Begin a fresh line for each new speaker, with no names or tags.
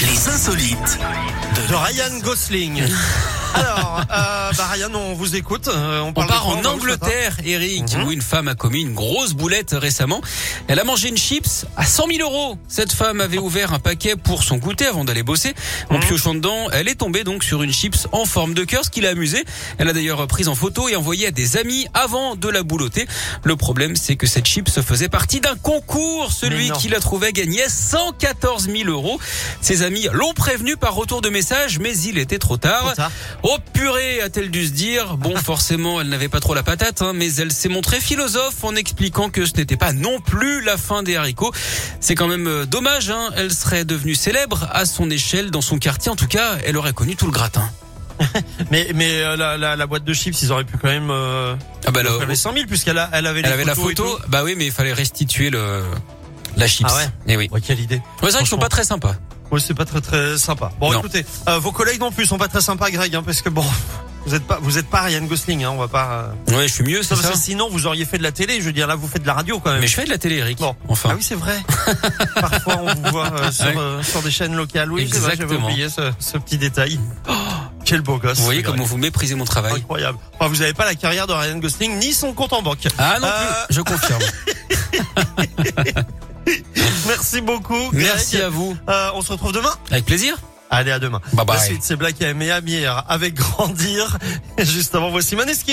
Les insolites de
de Ryan Gosling. Alors, euh, bah Ryan, on vous écoute. Euh, on,
On
parle de
part
quoi,
en
Rob, ce matin
Angleterre, Eric,
Mhm.
où une femme a commis une grosse boulette récemment. Elle a mangé une chips à 100 000 euros. Cette femme avait ouvert un paquet pour son goûter avant d'aller bosser.
Mhm.
En piochant dedans, elle est tombée donc sur une chips en forme de cœur, ce qui l'a amusée. Elle a d'ailleurs prise en photo et envoyée à des amis avant de la boulotter. Le problème, c'est que cette chips faisait partie d'un concours. Celui
Mais non.
qui la trouvait gagnait 114 000 euros. Ses amis l'ont prévenu par retour de message, mais il était trop tard.
Trop tard.
Oh purée, a-t-elle dû se dire Bon, forcément, elle n'avait pas trop la patate, hein, mais elle s'est montrée philosophe en expliquant que ce n'était pas non plus la fin des haricots. C'est quand même euh, dommage, hein, elle serait devenue célèbre à son échelle, dans son quartier en tout cas, elle aurait connu tout le gratin.
Mais, mais euh, la, la- la boîte de chips, ils auraient pu quand même. Euh,
Ah bah là,
faire les 100 000 puisqu'elle a- elle avait,
elle
les
avait la
photos et
photo, bah oui, mais il fallait restituer le... la chips.
Ah ouais
Eh oui.
tout. Ouais, quelle idée.
Ouais, c'est vrai qu'ils sont
Franchement.
pas très sympas.
Ouais, c'est pas très très sympa. Bon,
Non.
écoutez, euh, vos collègues non plus sont pas très sympas, Greg, hein, parce que bon, vous êtes pas, vous êtes pas Ryan Gosling, hein, on va pas. euh,
Ouais, je suis mieux, c'est
parce
ça
que sinon, vous auriez fait de la télé. Je veux dire, là, vous faites de la radio quand même.
Mais je fais de la télé, Eric.
Bon.
Enfin.
Ah oui, c'est vrai. Parfois, on vous voit euh, sur,
Ouais.
euh, sur des chaînes locales. Oui, c'est vrai, j'avais
Exactement.
oublié ce, ce petit détail. Oh, quel beau gosse.
Vous voyez
Greg.
comment vous méprisez mon travail.
Incroyable. Enfin, vous n'avez pas la carrière de Ryan Gosling ni son compte en banque.
Ah non
Euh,
plus, je confirme.
Merci beaucoup. Greg.
Merci à vous.
Euh, on se retrouve demain.
Avec plaisir.
Allez, à demain.
Bye
La
bye.
suite, c'est Black et Mia Mier avec Grandir. Juste avant, voici Maneski.